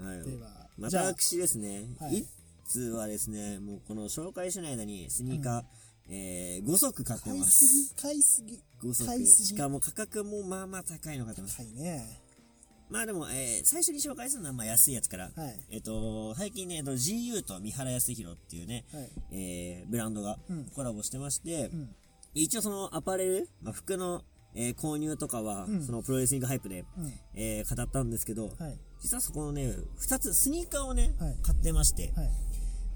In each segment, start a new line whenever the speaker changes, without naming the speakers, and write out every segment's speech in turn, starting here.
はい。
では
ま
じゃ
た
あ
私ですね、
はい
い、つはですね、もうこの紹介しない間にスニーカー、えー、5足買って
買い
ますす。
ぎ、買いすぎ。
5
買い
足。
すぎ
しかも価格もまあまあ高いの買ってます。
高いね。
まあでも、えー、最初に紹介するのはまあ安いやつから。
はい
えっ、と、最近ね、えっと GU と三原康弘っていうね、
はい
えー、ブランドが
うん
コラボしてまして、
ん
一応そのアパレル、まあ、服の、えー購入とかは、
ん
そのプロレスリングハイプで、
うん
えー語ったんですけど、
はい
実はそこのね、二つ、スニーカーをね、
はい
買ってまして、
はい。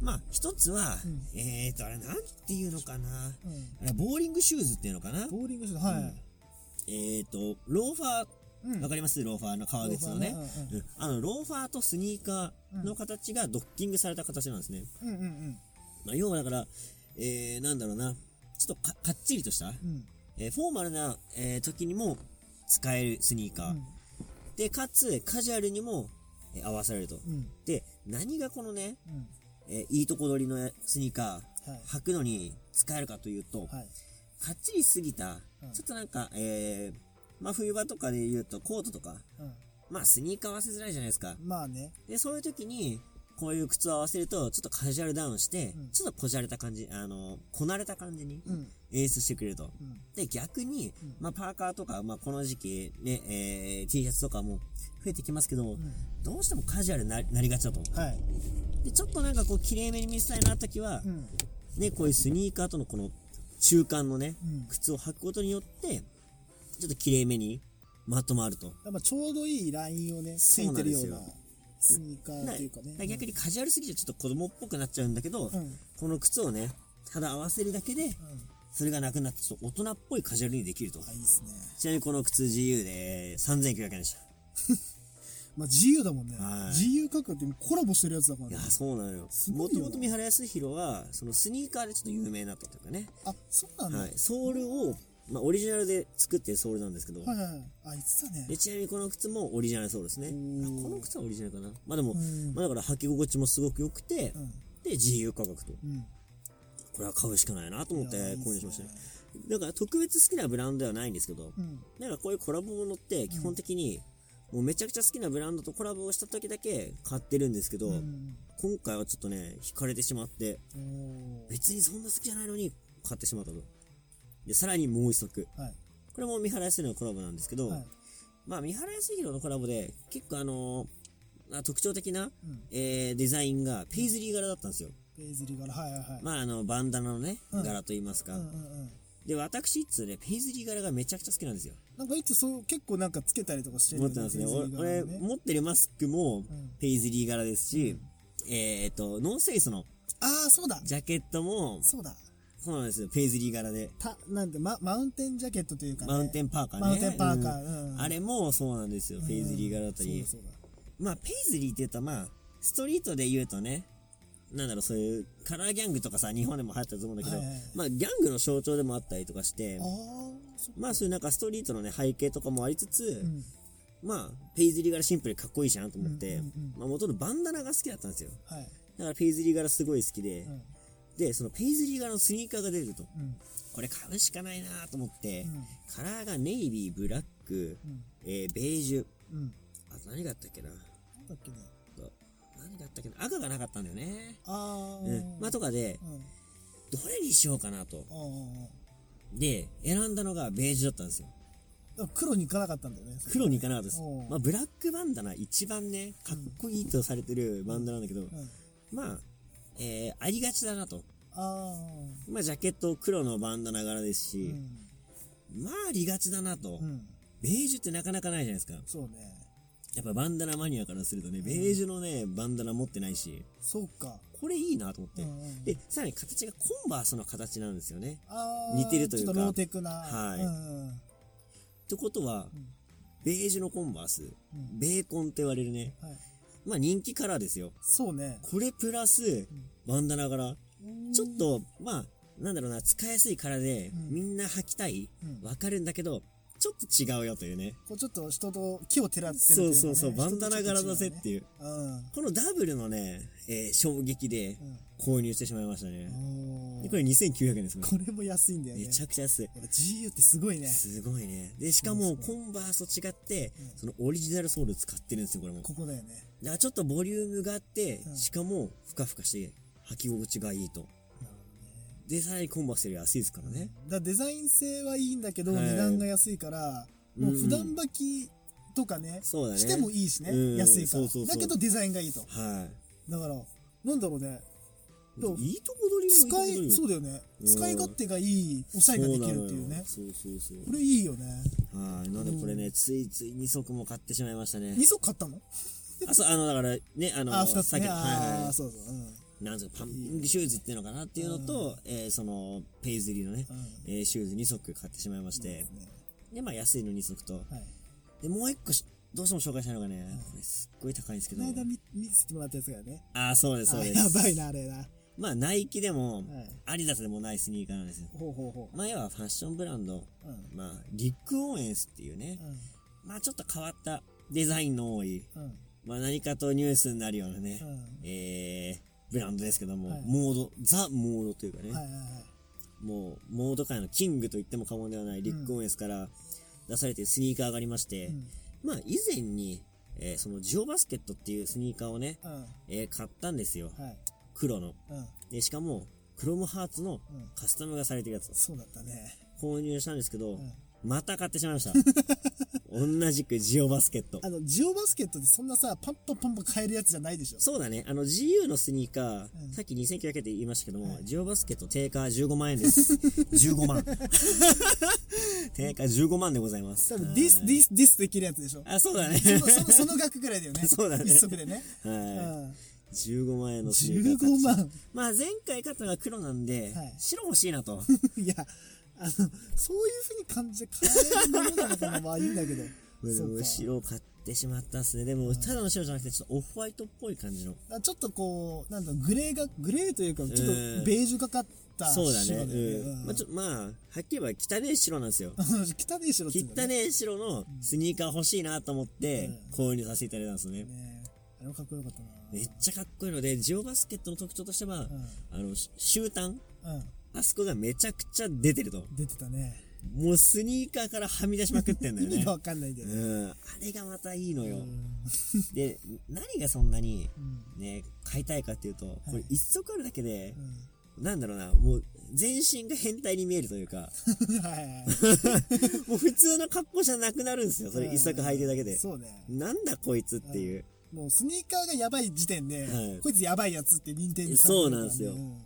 まあ、一つは、えーと、あれ、なんていうのかな、
うん
あれボーリングシューズっていうのかな
ボーリングシュート、はい。
えーと、ローファー、わ、かりますローファーの革靴のね
ローファーねう
うんあの、ローファーとスニーカーの形がドッキングされた形なんですね。
うんうんうん。
まあ、要はだから、えー、なんだろうな、ちょっとかかっちりとした、
ん
えーフォーマルな、えー時にも使えるスニーカー。で、かつ、カジュアルにも、えー合わされると。
ん
で、何がこのね、
うん。
えーいいとこ取りのスニーカー、
はい
履くのに使えるかというと、
はい。
かっちりすぎた、ちょっとなんか、えー、まあ冬場とかで言うとコートとか、
うん。
まあスニーカー合わせづらいじゃないですか。
まあね。
で、そういう時に、こういう靴を合わせると、ちょっとカジュアルダウンして、ちょっとこじゃれた感じ、あの、こなれた感じに
うん、
演出してくれると。
ん
で、逆に、まあ、パーカーとか、まあ、この時期、ね、えー、T シャツとかも増えてきますけども、どうしてもカジュアルにななりがちだと。
はい。
で、ちょっとなんかこう、綺麗めに見せたいな時は、
うん。
ね、こういうスニーカーとのこの中間のね、
うん
靴を履くことによって、ちょっと綺麗めにまとまると。
やっぱちょうどいいラインをね、つ
そう
い
な
て
んで
るよ
す
う
よ
なスニーカーっていうかね。
だら逆にカジュアルすぎてちょっと子供っぽくなっちゃうんだけど、
ん
この靴をね、ただ合わせるだけで、それがなくなってちょっと大人っぽいカジュアルにできると。
あ、いいっすね。
ちなみにこの靴自由で3900円でした。
まあ自由だもんね。
はい
自由価格ってコラボしてるやつだから
い
ね
や、。そうなのよ
す。ご
も
いよ
と
な
もと三原康弘は、そのスニーカーでちょっと有名になったというかね、
あ、そうなんだ。
は
はい
い、ソールを、まあオリジナルで作ってるソールなんですけど、
はいはい。あ、言ってたね
で。ちなみにこの靴もオリジナルそうですね。あ
ん
この靴はオリジナルかな。まあでも、まあだから履き心地もすごく良くて、で、自由価格と。
ん
これは買うしかないなと思って
いやいいっすね
購入しましたね。だから特別好きなブランドではないんですけど、
ん
なんかこういうコラボものって基本的に、もうめちゃくちゃ好きなブランドとコラボをした時だけ買ってるんですけど、
うん。
今回はちょっとね、惹かれてしまって、
おー
別にそんな好きじゃないのに買ってしまったと。で、さらにもう一足。
はい。
これも三原康弘のコラボなんですけど、
はい
まあ三原康弘のコラボで結構あのーあ特徴的な、えーデザインがペイズリー柄だったんですよ。
ペイズリー柄。はいはいはい。
まああのバンダナのね、柄といいますか。
うんうん。
で、私いつね、ペイズリー柄がめちゃくちゃ好きなんですよ。
なんかいつそう、結構なんかつけたりとかしてる
持
よ
ってますね。
ペイズリー柄
俺、俺
ね
持ってるマスクもペイズリー柄ですし、えっ、と、ノンスフェイスの
ああ、そうだ。
ジャケットも、
そうだ。
そうなんですよ、ペイズリー柄で。
た、なんて、ママウンテンジャケットというかね。
マウンテンパーカーね。
マウンテンパーカーうん
あれもそうなんですよ、ペイズリー柄だったり。
そうだそう
まあ、ペイズリーって言うと、まあ、ストリートで言うとね、なんだろう、そういう、カラーギャングとかさ、日本でも流行ったと思うんだけど、
はいはいはい
まあ、ギャングの象徴でもあったりとかして
だ。あ、あ、そ
まあ、そういうなんかストリートのね、背景とかもありつつ、まあ、ペイズリー柄シンプルにかっこいいじゃんと思って、まあ、元のバンダナが好きだったんですよ。
う。はい。
だから、ペイズリー柄すごい好きで、で、そのペイズリー柄のスニーカーが出ると、これ買うしかないなと思って、カラーがネイビー、ブラック、えーベージュ、
うん。
あと何があったっけな
なんだっけね。
何があったっけな赤がなかったんだよね。
ああ。
うん。まあ、とかで、
うん。
どれにしようかなと。
あ
で、選んだのがベージュだったんですよ。
あ。黒に行かなかったんだよね。
黒にいかなかったです
おう。
まあ、ブラックバンダナ、一番ね、かっこいいとされてるバンダナなんだけど、まあ、えー、ありがちだなと。
あ
まあ、ジャケット黒のバンダナ柄です
あ。
し
う、ん。
まあ、ありがちだなと
う。ん。
ベージュってなかなかないじゃないですか。
そうね。
やっぱバンダナマニアからするとね、ベージュのね、バンダナ持ってないし、
そうか。
これいいなと思って
うんうん。
で、さらに形がコンバースの形なんですよね。
ああ。
似てるというか
ちょっとローテクな。
はい
うんうん。
ってことは、ベージュのコンバース、ベーコンって言われるね、
はい。
まあ人気カラーですよ。
そうね。
これプラス、バンダナ柄、ちょっと、まあ、なんだろうな、使いやすいカラーで、みんな履きたい、わ、かるんだけど、ちょっと違うよというね。
こうちょっと人と木を照らってるとい
そう
かね
そうそう、バンダナ柄だぜ
人とちょ
っていう。
と違うね
このダブルのね、えー衝撃で購入してしまいましたね
う。んうん
でこれ2900円ですもん。
これも安いんだよね
めちゃくちゃ安い。
やっぱ GU ってすごいね
すごいね。で、しか
そ
も、
うそ
コンバースと違って
う、ん
そのオリジナルソール使ってるんですよ、これも。だか
ここだよね
らちょっとボリュームがあって
う、ん
しかも、ふかふかして、履き心地がいいと。
なるほどね
で、さらにコンバースより安いですからね。
だからデザイン性はいいんだけど、
はい
値段が安いから、
うん
もう普段履きとかね、
そうだね。
してもいいしね、
うん
安いから
そうそうそう
だけどデザインがいいと。
は
だから、なんだろうね、そう
い。いいとこ取りもいいとこ
使
取り
い、
よ
そうだよね、
うん
使い勝手がいい、おしゃれができるっていうね。
そうなのよそうそう
こ
そ
れいいよね。
う。はい。なのでこれね、ついつい2足も買ってしまいましたね
2。足買ったの
あ、そう、あの、だからね、あの、
あ、2つ
さっき
ね。
の、はい
あ
は
あ、そうそう。うん。
い。なんですか、パンピングシューズっていうのかなっていうのと、えーその、ペイズリーのね、
うん
えーシューズ2足買ってしまいまし
いいで
て
す、ね
で、まあ安いの2足と、
はい。
で、もう1個し、どうしても紹介したいのがね、これすっごい高いんですけ
こ
ど
の、間見見せてもらったやつがね。
あー、そうです、そう
あ
で
や
す。
ばいな、あれな。はい。
まあ、ナイキでも、アディダスでもないスニーカーなんですよ。
ほうほうほ
前はファッションブランド、
う。うん。うん。
まあ、リック・オーエンスっていうね、まあちょっと変わったデザインの多い、
うん。
まあ何かとニュースになるようなね、
う
えー、ブランドですけども、
はい
モード、ザ・モードというかね、
ん。はいはいはい。
もう、モード界のキングと言っても過言ではないリック・オーエンスから出されてるスニーカーがありまして、
うん。
まあ以前に、えーそのジオバスケットっていうスニーカーをね、
うん。
えー買ったんですよ。
はい。
黒の。
うん。
で、しかも、クロムハーツの
うん
カスタムがされてるやつを
そうだったね。
購入したんですけど、
うん
また買ってしまいま した。同じくジオバスケット。
あの、ジオバスケットってそんなさ、パンパンパンパン買えるやつじゃないでしょ。
そうだね。あの、GU のスニーカー、
うん
さっき2900円って言いましたけども、
はい
ジオバスケット定価15万円です。15万。 定価15万でございます。
多分、ディス、ディス、ディスできるやつでしょ。
あ、そうだね。
その、その、その額ぐらいだよ ね。
そうだね
一足でね。う
は
ん。
い。15万円のスニーカーたち。
15万。
まあ、前回買ったのが黒なんで、
はい
白欲しいなと。
いや、あの、そういう風に感じで買えるものなのかな、まあいいん だけど。そうか
白を買ってしまったっすね。でも、ただの白じゃなくて、ちょっとオフホワイトっぽい感じの。
あちょっとこう、なんだろうグレーが、グレーというか、ちょっと
うん
ベージュかかった
そうだね。
白
うん。まあ、ちょ、まあ、はっきり言えば汚い白なんですよ。
うん 汚い白っていうの
汚ねえ白のスニーカー欲しいなと思って
うん
購入させていただいたんですよね。
ね。あれもかっこよかったな。
めっちゃかっこいいので、ジオバスケットの特徴としては、あの、し終端
うん。うん。
あそこがめちゃくちゃ出てると。
出てたね。
もうスニーカーからはみ出しまくってんだ
意
よ
味
ね
が。わかんないんだよね。
うん。あれがまたいいの
う
よ。
ん
で、何がそんなに
うん
ね、買いたいかっていうと、こ
は
れ
い
一足あるだけで
う、ん
なんだろうな、もう全身が変態に見えるという か、
はいはいはい。
もう普通の格好じゃなくなるんですよ。それ一足履いてるだけで。
そうね。
なんだこいつっていう。
もうスニーカーがやばい時点で、
はい
こいつやばいやつって認定にされ
そう
るから
なん
ね
ですよ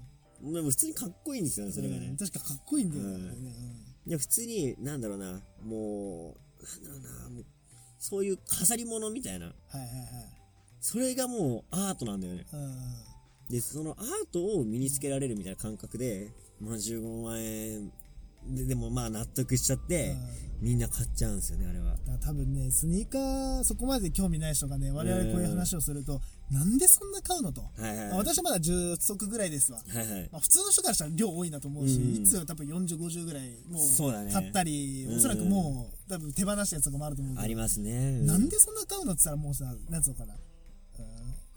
でも普通にかっこいいんですよね、それが
うん
ね。
確かかっこいいんだよね。
はいで普通に、なんだろうな、もう、なんだろうな、もう、そういう飾り物みたいな。
うんはいはい
それがもうアートなんだよね。
はい。
で、そのアートを身につけられるみたいな感覚で、まあ15万円で、でもまあ納得しちゃって、みんな買っちゃうんですよね、あれは。
うん、だから多分ね、スニーカー、そこまで興味ない人がね、我々こういう話をすると、なんでそんな買うのと。
はいはい
まあ
はい。
私はまだ10足ぐらいですわ。
はいはい。
まあ、普通の人からしたら量多いなと思うし、
うん
いつも多分40、50ぐらい、も
そうだね
う買ったり、おそらくもう、多分手放したやつとかもあると思うけど
ありますね。
なんでそんな買うのって言ったらもうさ、なんつうのかな。うん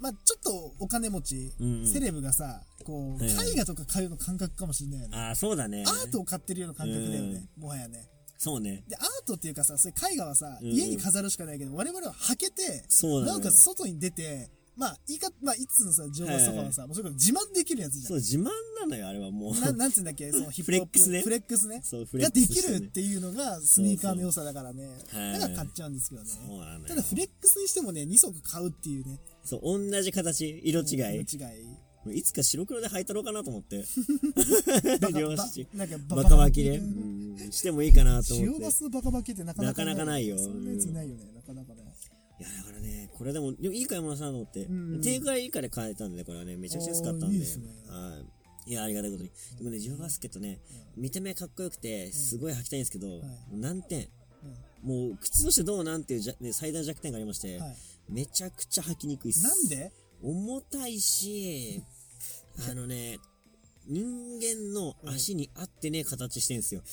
まあちょっとお金持ち、
うんうん
セレブがさ、こう、
はいはい
絵画とか買うような感覚かもしれないよね。
ああ、そうだね。
アートを買ってるような感覚だよね、もはやね。
そうね。
で、アートっていうかさ、それ絵画はさ、
うん
家に飾るしかないけど、我々は履けて、
そうなのよ
おかつ外に出て、まあ、いいか、まあ、いつのさ、情報とかはさ、もうそれこそ自慢できるやつじゃ
そ
ん
う、。自慢なのよ、あれはもう。
ななんつうんだっけ、そのヒップホッ
フレック
プ。
スね
フレックスね。
そう、フレッ
が
ク
で
ス
き
してね
るっていうのがスニーカーの良さだからね。
はい
だから買っちゃうんですけどね。
そうなのよ
ただフレックスにしてもね、2足買うっていうね。
そう、同じ形、色違い。
色違い。
もういつか白黒で履いたろうかなと思って。
バカ
両足。
ばなんか バ
バカ
バ
履きで、うんしてもいいかなと思
塩
って。い
バスのバカバキってなかなか
なかなかないよ
そんなやついないよね、なかなかね。
や、だからね、これでも、でもいい買い物したなと思って
うん。
定価以下で買えたんでね、これはね、めちゃくちゃ安かったん
おーい
で。
いですね
はい。いや、ありがたいことに。でもね、ジオバスケットね、見た目かっこよくて、すごい履きたいんですけど、もう難点。
う
もう、靴としてどうなんっていうじゃ、ね、最大の弱点がありまして、
んはい
めちゃくちゃ履きにくいっす。
なんで
重たい し、あのね、人間の足に合ってねえ形してんすよ。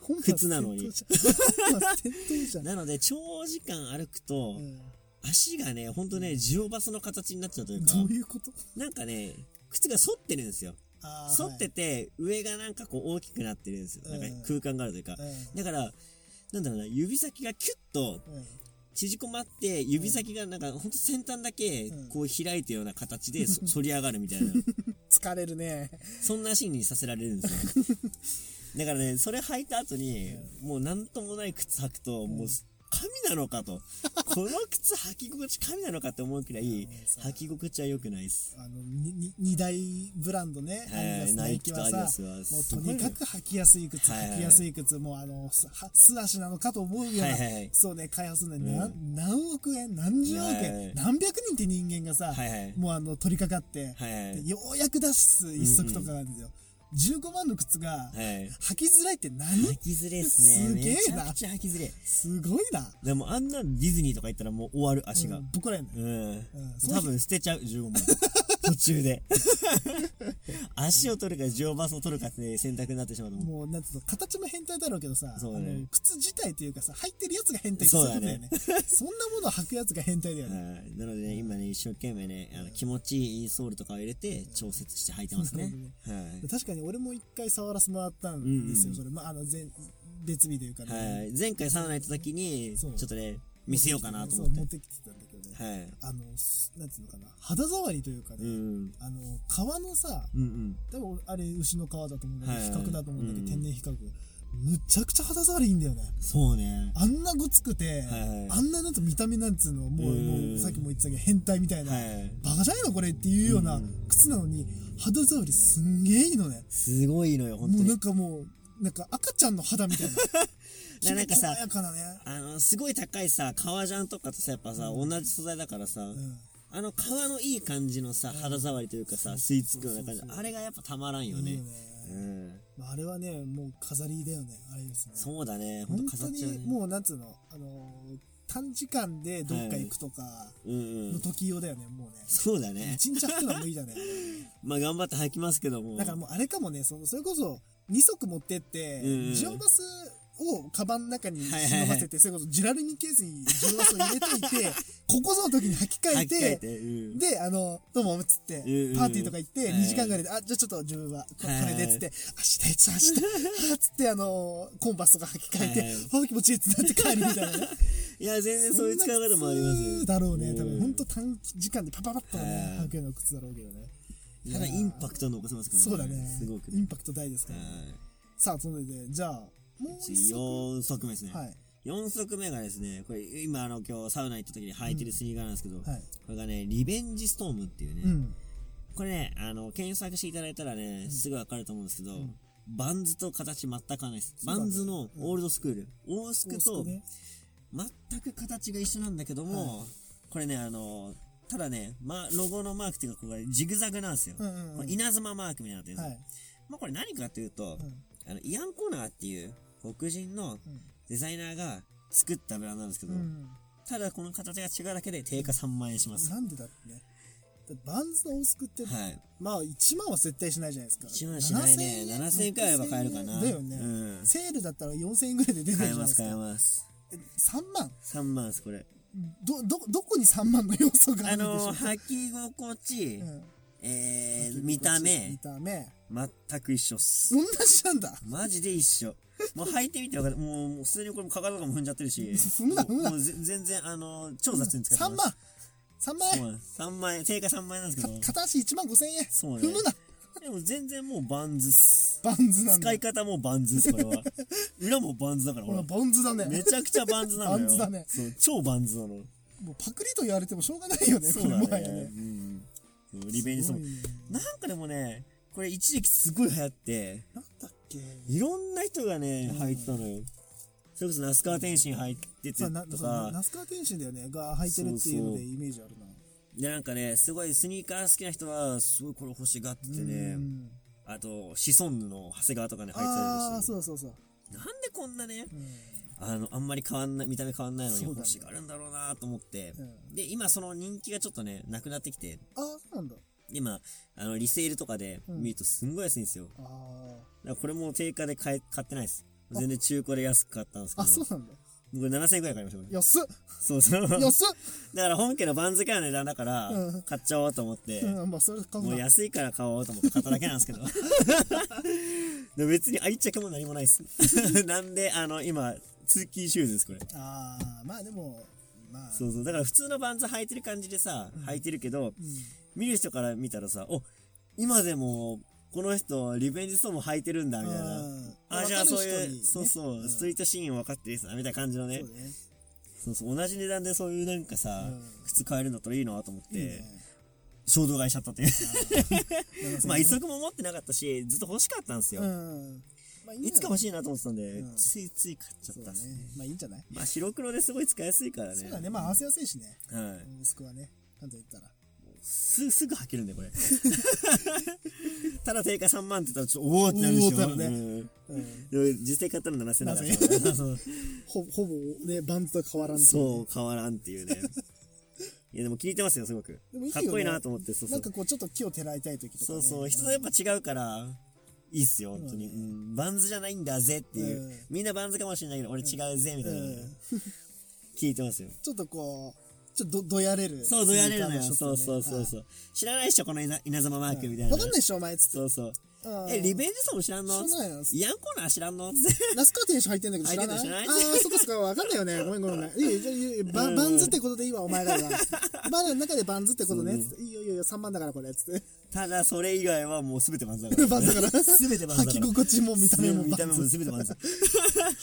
本末
靴なのに
転倒じゃん本末転倒じゃん。
なので、長時間歩くと、
うん
足がね、ほんとね、ジオバスの形になっちゃうというか、
どういうこと
なんかね、靴が反ってるんですよ。
あー
反ってて、上がなんかこう大きくなってるんですよ。なんか
うん
空間があるというか。
はい
だから、なんだろうな、指先がキュッと
うんうん
縮こまって、指先がなんかほんと先端だけ
うん
こう開いたような形で そ反り上がるみたいな、
疲れるね。
そんなシーンにさせられるんですよ。だからね、それ履いた後に、もうなんともない靴履くと、もう神なのかと。この靴履き心地神なのかって思うくらい、履き心地は良くないです。
あの、にに二大ブランドね、ア
はい、
ディダス
ナ
ナ
イ
イ
キ
キ
と
は
アディダ
さ
ス、は
もう
す
と
ごいのよ。
にかく履きやすい靴、
はいはい
履きやすい靴、もうあの、すは素足なのかと思うよう
はい
な
はいはい、
そうね、開発のね、
うん
な何億円、何十億
はいはいはい
円、何百人って人間がさ、
はいはい。
もうあの、取り掛かって、
はいはい。
でようやく出す一足とかなんですよ。15万の靴が、
はい。
履きづらいって何
履きづれっすね。
すげえな
めちゃくちゃ履きづれ。
すごいな。
でもあんなディズニーとか行ったらもう終わる、足が
うん。ぶっこられんの
う
よ。
ん。
そう
多分捨てちゃう、15万。途 中 で。足を取るか、ジオバスを取るかって選択になってしまうと思う。
もう、なんつうの、形も変態だろうけどさ、
そうだね
あの靴自体というかさ、履いてるやつが変態ってそういうことだよね。 そんなものを履くやつが変態だよね。
はいなのでね、今ね、一生懸命ね、あの気持ちいいインソールとかを入れて調節して履いてますね。はい。
確かに俺も一回触らせてもらったんです
う
よ、
んうん
それ。まあ、あの、前、別日というかね。
はい。前回サウナ行った時に、ち
そ
ょ
う
っとね、見せようかなと
そ
思
う、
っ。
持っててきてたんだけどね。
はい。
あの、すなんつうのかな、肌触りというか
う
ね、
ん。
あの、皮のさ、
うんうん。
多分あれ牛の皮だと思うんだけ
は
ど、
い
比
はい
較だと思うんだけ
うん
ど、天然比較。むちゃくちゃ肌触りいいんだよね。
そうね。
あんなごつくて、
はいはい
あんななんと見た目なんつうの、もう、
うん
もうさっきも言ってたけど、変態みたいな、
はい。
バカじゃないのこれっていうような靴なのに、肌触りすんげえいいのね。
すごいのよ、本当
もうな
に
ん。かもう、なんか赤ちゃんの肌みたいな。
ななんかさ
きめ細やかなね。
あの、すごい高いさ、革ジャンとかとさ、やっぱさ、同じ素材だからさ、
うん
あの、革のいい感じのさ、肌触りというかさ、吸い付くような感じ
そうそう。そう
あれがやっぱたまらんよ
いいよ
ね。
ね。
うん。
まああれはね、もう飾りだよね。あれですね。
そうだね、ほん
本
と飾
当
っちゃう
に
ね。
もうなんつうの、あのー短時間でどっか行くとか
うんう
の
ん。
時用だよね、もうね。
そうだね。
一日履くのは無理だね。
まあ、頑張って履きますけども。
だからもうあれかもね、そのそれこそ2足持ってって、
うん
ジオバスをカバンの中に忍ばせて、それこそジュラルミンケースにジオバスを入れと いて、ここぞの時に履き替
履
え
き
て、
替えて。うん。
で、あの、どうも、つって、
うんうん
パーティーとか行って、
はい
2時間ぐらいで、あ、じゃあちょっと自分は、ここ
はい
れで、つって、足で、つ足で、 あつって、あの、コンパスとか履き替えて
はい、
あー、気持ちいいっつってなって帰るみたいなね。
いや、全然 そういう使い方もあります
そんな
よ
靴。だろうね。多
う
分、
ん
ほんと短時間でパパパッとね、
はい
履くような靴だろうけどね。
ただインパクトは残せますからね。
そうだね。
すごく
イ
ね
ン。パクト大ですからね。
はい
さあ、それで、じゃあ、もう一足。
4足目ですね。
はい。
4足目がですね、これ今あの今日サウナ行った時に履いてるスニーカーなんですけど、
はい。
これがね、リベンジストームっていうね、
うん。
これね、あの、検索していただいたらね、すぐわかると思うんですけど、
ん
バンズと形全く変わらないです。
そう
バ
だね
ンズのオールドスクール、オース
こ
ク
うす
と
るね
全く形が一緒なんだけども、これね、あの、ただね、ま、ロゴのマークっていうか、これジグザグなんですよ。
うんうんうん
これ稲妻マークみたいになってるんです
は
よ
い。
まあ、これ何かというと、
うん
あの、イアン・コーナーっていう黒人のデザイナーが作ったブランドなんですけ
う
ど、
ん。うん。
ただこの形が違うだけで定価3万円します。
なんでだってね。だってバンズのオースクって、
はい。
まあ1万は絶対しないじゃないですか。
1万しないね。7000円くらいは買えるかな。
だよね、
うん。
セールだったら4000円ぐらいで出てるじ
買え
ゃないで
ます、
すか。
買えます。
3万
3万です、これ。
ど、ど、どこに3万の要素があ
あ
るんでしょう
の、履き心地、
うん
えー、見た目
見、た目。
全く一緒っす。
同じなんだ。
マジで一緒。もう履いてみて分かる。もう、もう普通にこれもかかととかも踏んじゃってるし。
踏むな
もう
踏むな
もうぜ全然、あの、超雑に使って
3
ます。
万 !3 万
そう
円
なんです3万円、定価3万円なんですけど
か。片足1万5千円。
そうね
踏むな
でも全然もうバンズっす。
バンズなんだ
使い。方もバンズです、これは。裏もバンズだから、
ほ
ほ
ら、
ら。
バンズだね
め。ちゃくちゃバンズなのよ。
バンズだね
そう、超バンズなの。
もうパクリと言われてもしょうがない よね、
そ
こ
う
れ
だ
もは
ね
や。ね。
うん。そうリベンジソング
すごいね
なんかでもね、これ一時期すごい流行って、
なんだっけ
いろんな人がね、履いてたのよ。それこそ那須川天心履いてて
そうな、
と
そうな
か、
ナスカ天心だよね、が履いてるっていうので
そう
イメージあるな。
で、なんかね、すごいスニーカー好きな人は、すごいこれ欲しがっててね
う、ん
あと、シソンヌの長谷川とかね、履いてた
ああ、
りして。
そうそうそう。
なんでこんなね、
うん
あの、あんまり変わんない、見た目変わんないのに
そうだね
欲しがるんだろうなと思って、
うん
で、今その人気がちょっとね、なくなってきて、
ああ、そうなんだ。
今、あの、リセールとかで見るとすんごい安いんですよ。だか
ああ。
らこれも定価で買え買ってないです。全然中古で安く買ったんですけ
あ、
ど、
そうなんだ。
僕7000円くらい買いましたこれ、
安っ
そうそう。だ
安っ
から本家の番付の値段だから
うん、
買っちゃおうと思って、
うん、まあ、それ買う
もう
な。
安いから買おうと思って買っただけなんですけど。 でも別に愛着も何もないです。 なんで、あの、今、通勤シューズです、これ。
あー、まあでも、まあ、
そうそう。だから普通のバンズ履いてる感じでさ、履いてるけど、見る人から見たらさ、お、今でも、この人、リベンジストーム履いてるんだ、みたいな。
あー
あ、じゃあそういう、そうそう、スト
い
リートシーン分かってるさ、みたいな感じのね
そう。ね。
そうそう、同じ値段でそういうなんかさ、
うん
靴買えるんだったらいいなと思って、
いいね
衝動買いしちゃったっていう。
7000
まあ、
ね
一足も持ってなかったし、ずっと欲しかったんですよ。
うん。まあ、いいん
い
じ
つか
ゃない
欲しいなと思ってたんで、
うん
ついつい買っちゃ
そう
った
だ
っ
ね
すね。。
まあ、いいんじゃない
まあ、白黒ですごい使いやすいからね。
そうだね。まあ、合わせやすいしね。
はい。
息子はね、なんと言ったら。
す、すぐ履けるんだよ、 これ。 ただ定価3万って言ったら、ちょっと、おおってなるでし
お
ょ。
ーってなるね
うん
うん。
でも実際買ったの7000だから。 そう
ほほぼね、バンズと変わらんってい
そう、変わらんっていう ね。いや、でも気に入ってますよ、すごく。
でもいいよ
か
ね
っこいいなと思って、そうそ
なん
う
か。こう、ちょっと木をてらいたい時とかね。
そうそう、人とやっぱ違うから、いいっすよ、本当に。うん。バンズじゃないんだぜっていう。
うん
みんなバンズかもしれないけど、俺違うぜ、みたいな、
うん
聞いてますよ。
ちょっとこう、ちょっとどどやれる。
そう、どやれるのよ。
スニーカ
そ
ー
う
のショッ
そう
トね
そう
は
そう。知らないっしょ、この稲稲妻マークみたいな。
いわかんないでしょ、お前っつって。
そうそう。
あー
え、リベンジソング知らんの
知らないの
イヤンコーナー知らんの
ナスカテンション入ってんだけど知らな
入
い
ってんの知らない
ああー、そっかそっか、わかんないよね。ごめんごめんご めん。いいよいいよ、いいよ、ババンズってことでいいわ、お前らは。 バナナの中でバンズってことね。つっていいよいいよいいよ、3万だからこれ。つって。
ただ、それ以外はもうすべてバンズだから。
バンズだから。
すべてバンズ
履
だか
き
ら。
心地も見た目も
見
バ
た
ン
目
ズ
も。すべてバンズ。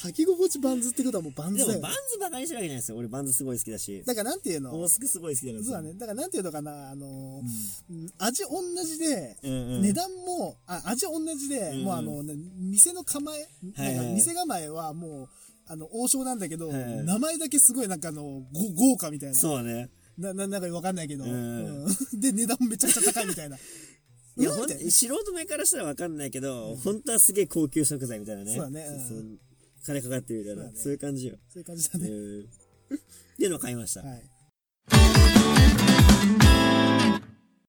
履き心地バンズってことはもうバン
で
ズだ
も、
よ
バン。ズバカにしてるわけじゃないですよ。俺、バンズすごい好きだし。
だからなんていうの
もうすぐすごい好きだから。
そうだね。だからなんていうのかな、あのー、うん味同じで、
うんうん
値段も、あ、味同じで、
うん
もうあの、ね店の構え、
はいはい
なんか店構えはもう、あの、王将なんだけど、
はいはい
名前だけすごいなんかあの、ご豪華みたいな。
そうだね。
な、な、なんかわかんないけど、
うん
うんで、値段めちゃくちゃ高いみたいな。
いや、ほ
今
ん
みた
と
いな
素人目からしたらわかんないけど、本当はすげえ高級食材みたいなね。
そうだねうん
そう金かかってるみたい
そう
な。
だね
そういう感じよ。
そういう感じだ
うん。っ
ね。
ていうのを買いました。
はい。